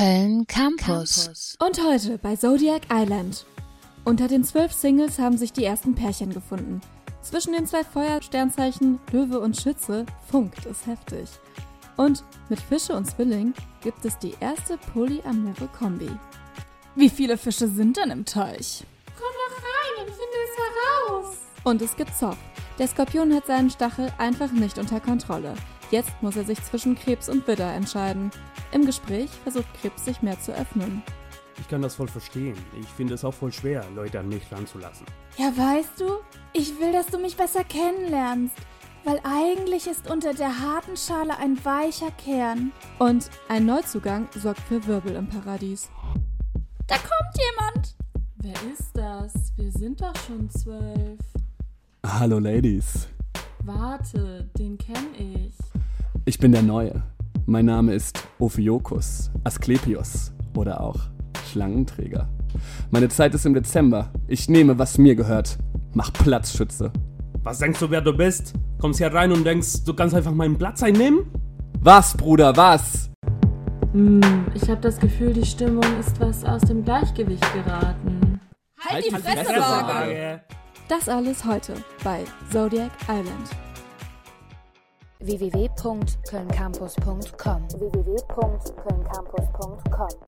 Köln Campus. Und heute bei Zodiac Island. Unter den zwölf Singles haben sich die ersten Pärchen gefunden. Zwischen den zwei Feuersternzeichen Löwe und Schütze funkt es heftig. Und mit Fische und Zwilling gibt es die erste polyamore Kombi. Wie viele Fische sind denn im Teich? Komm doch rein und finde es heraus. Und es gibt Zoff. Der Skorpion hat seinen Stachel einfach nicht unter Kontrolle. Jetzt muss er sich zwischen Krebs und Widder entscheiden. Im Gespräch versucht Krebs sich mehr zu öffnen. Ich kann das voll verstehen. Ich finde es auch voll schwer, Leute an mich ranzulassen. Ja, weißt du, ich will, dass du mich besser kennenlernst. Weil eigentlich ist unter der harten Schale ein weicher Kern. Und ein Neuzugang sorgt für Wirbel im Paradies. Da kommt jemand! Wer ist das? Wir sind doch schon zwölf. Hallo Ladies. Warte, den kenne ich. Ich bin der Neue. Mein Name ist Ophiokus, Asklepios oder auch Schlangenträger. Meine Zeit ist im Dezember. Ich nehme, was mir gehört. Mach Platz, Schütze. Was denkst du, wer du bist? Kommst hier rein und denkst, du kannst einfach meinen Platz einnehmen? Was, Bruder, was? Hm, ich habe das Gefühl, die Stimmung ist was aus dem Gleichgewicht geraten. Halt, die, Fresse, Waage! Das alles heute bei Zodiac Island. www.kölncampus.com www.kölncampus.com